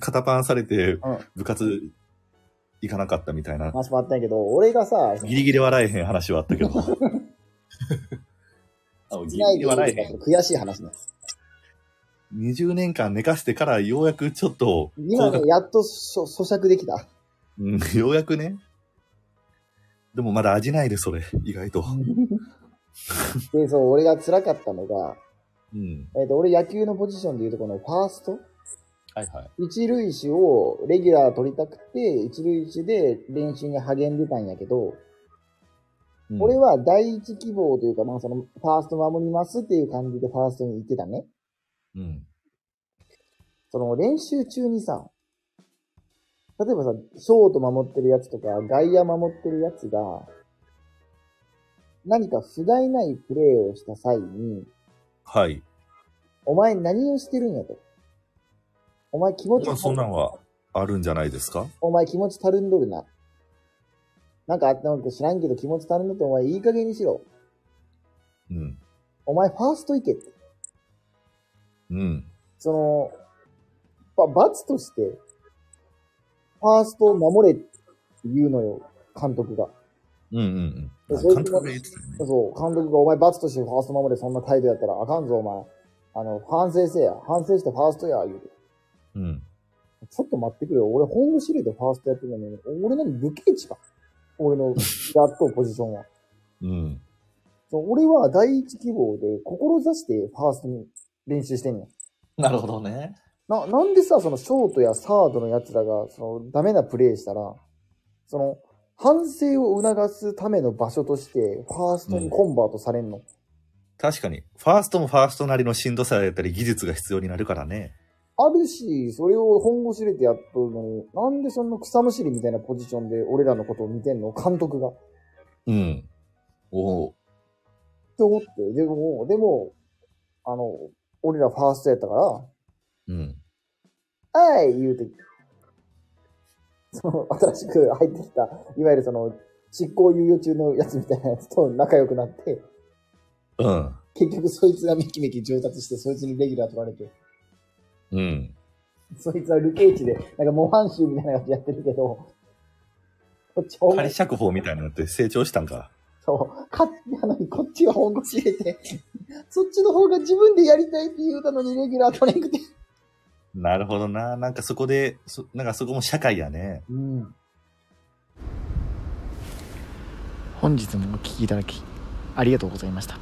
肩パンされてうん、部活行かなかったみたいな、話もあったんやけど、俺がさ、ギリギリ笑えへん話はあった けど。あのギつリなギいでリいい笑ですえか悔しい話へね。ん。20年間寝かしてからようやくちょっと、今ね、やっとそ咀嚼できた。うん、 ようやくね。でもまだ味ないで、それ。意外と。で、そう、俺が辛かったのが、うん。えっ、と、俺野球のポジションでいうとこのファーストはいはい。一塁手をレギュラー取りたくて、一塁手で練習に励んでたんやけど、うん俺は第一希望というか、まあその、ファースト守りますっていう感じでファーストに行ってたね。うん。その練習中にさ、例えばさ、ショート守ってるやつとか、外野守ってるやつが、何か不甲斐ないプレーをした際に、はい。お前何をしてるんやと。お前気持ちまあ、そんなんはあるんじゃないですかお前気持ちたるんどるな。なんかあったのか知らんけど気持ちたるんどってお前いい加減にしろ。うん。お前ファースト行けって。うん。その、ば、罰として、ファーストを守れって言うのよ、監督が。うんうんうん。あそういう監督が言ってたよね。そう、監督がお前罰としてファースト守れ、そんな態度やったらあかんぞ、お前。あの、反省せや。反省してファーストや、言うて。うん。ちょっと待ってくれよ。俺、本部指令でファーストやってるのに、俺何武器値か俺の、やっとポジションは。うん。そう俺は第一希望で、志してファーストに練習してんねん。なるほどね。な、なんでさ、そのショートやサードの奴らが、その、ダメなプレイしたら、その、反省を促すための場所として、ファーストにコンバートされんの、確かに。ファーストもファーストなりのしんどさだったり技術が必要になるからね。あるし、それを本腰入れてやっとるのに、なんでそんな草むしりみたいなポジションで俺らのことを見てんの監督が。っうん。おお。て思って。でも、でも、あの、俺らファーストやったから、うん。あい言うて、その、新しく入ってきた、いわゆるその、執行猶予中のやつみたいなやつと仲良くなって、うん。結局そいつがめきめき上達して、そいつにレギュラー取られて、うん。そいつはルケーチで、なんか模範集みたいなやつやってるけど、こっち本仮腰、釈放みたいになって成長したんか。そう、勝手なのにこっちは本腰入れて、そっちの方が自分でやりたいって言うたのにレギュラー取れなくて。なるほどな。なんかそこで、そなんかそこも社会やね。うん。本日もお聞きいただきありがとうございました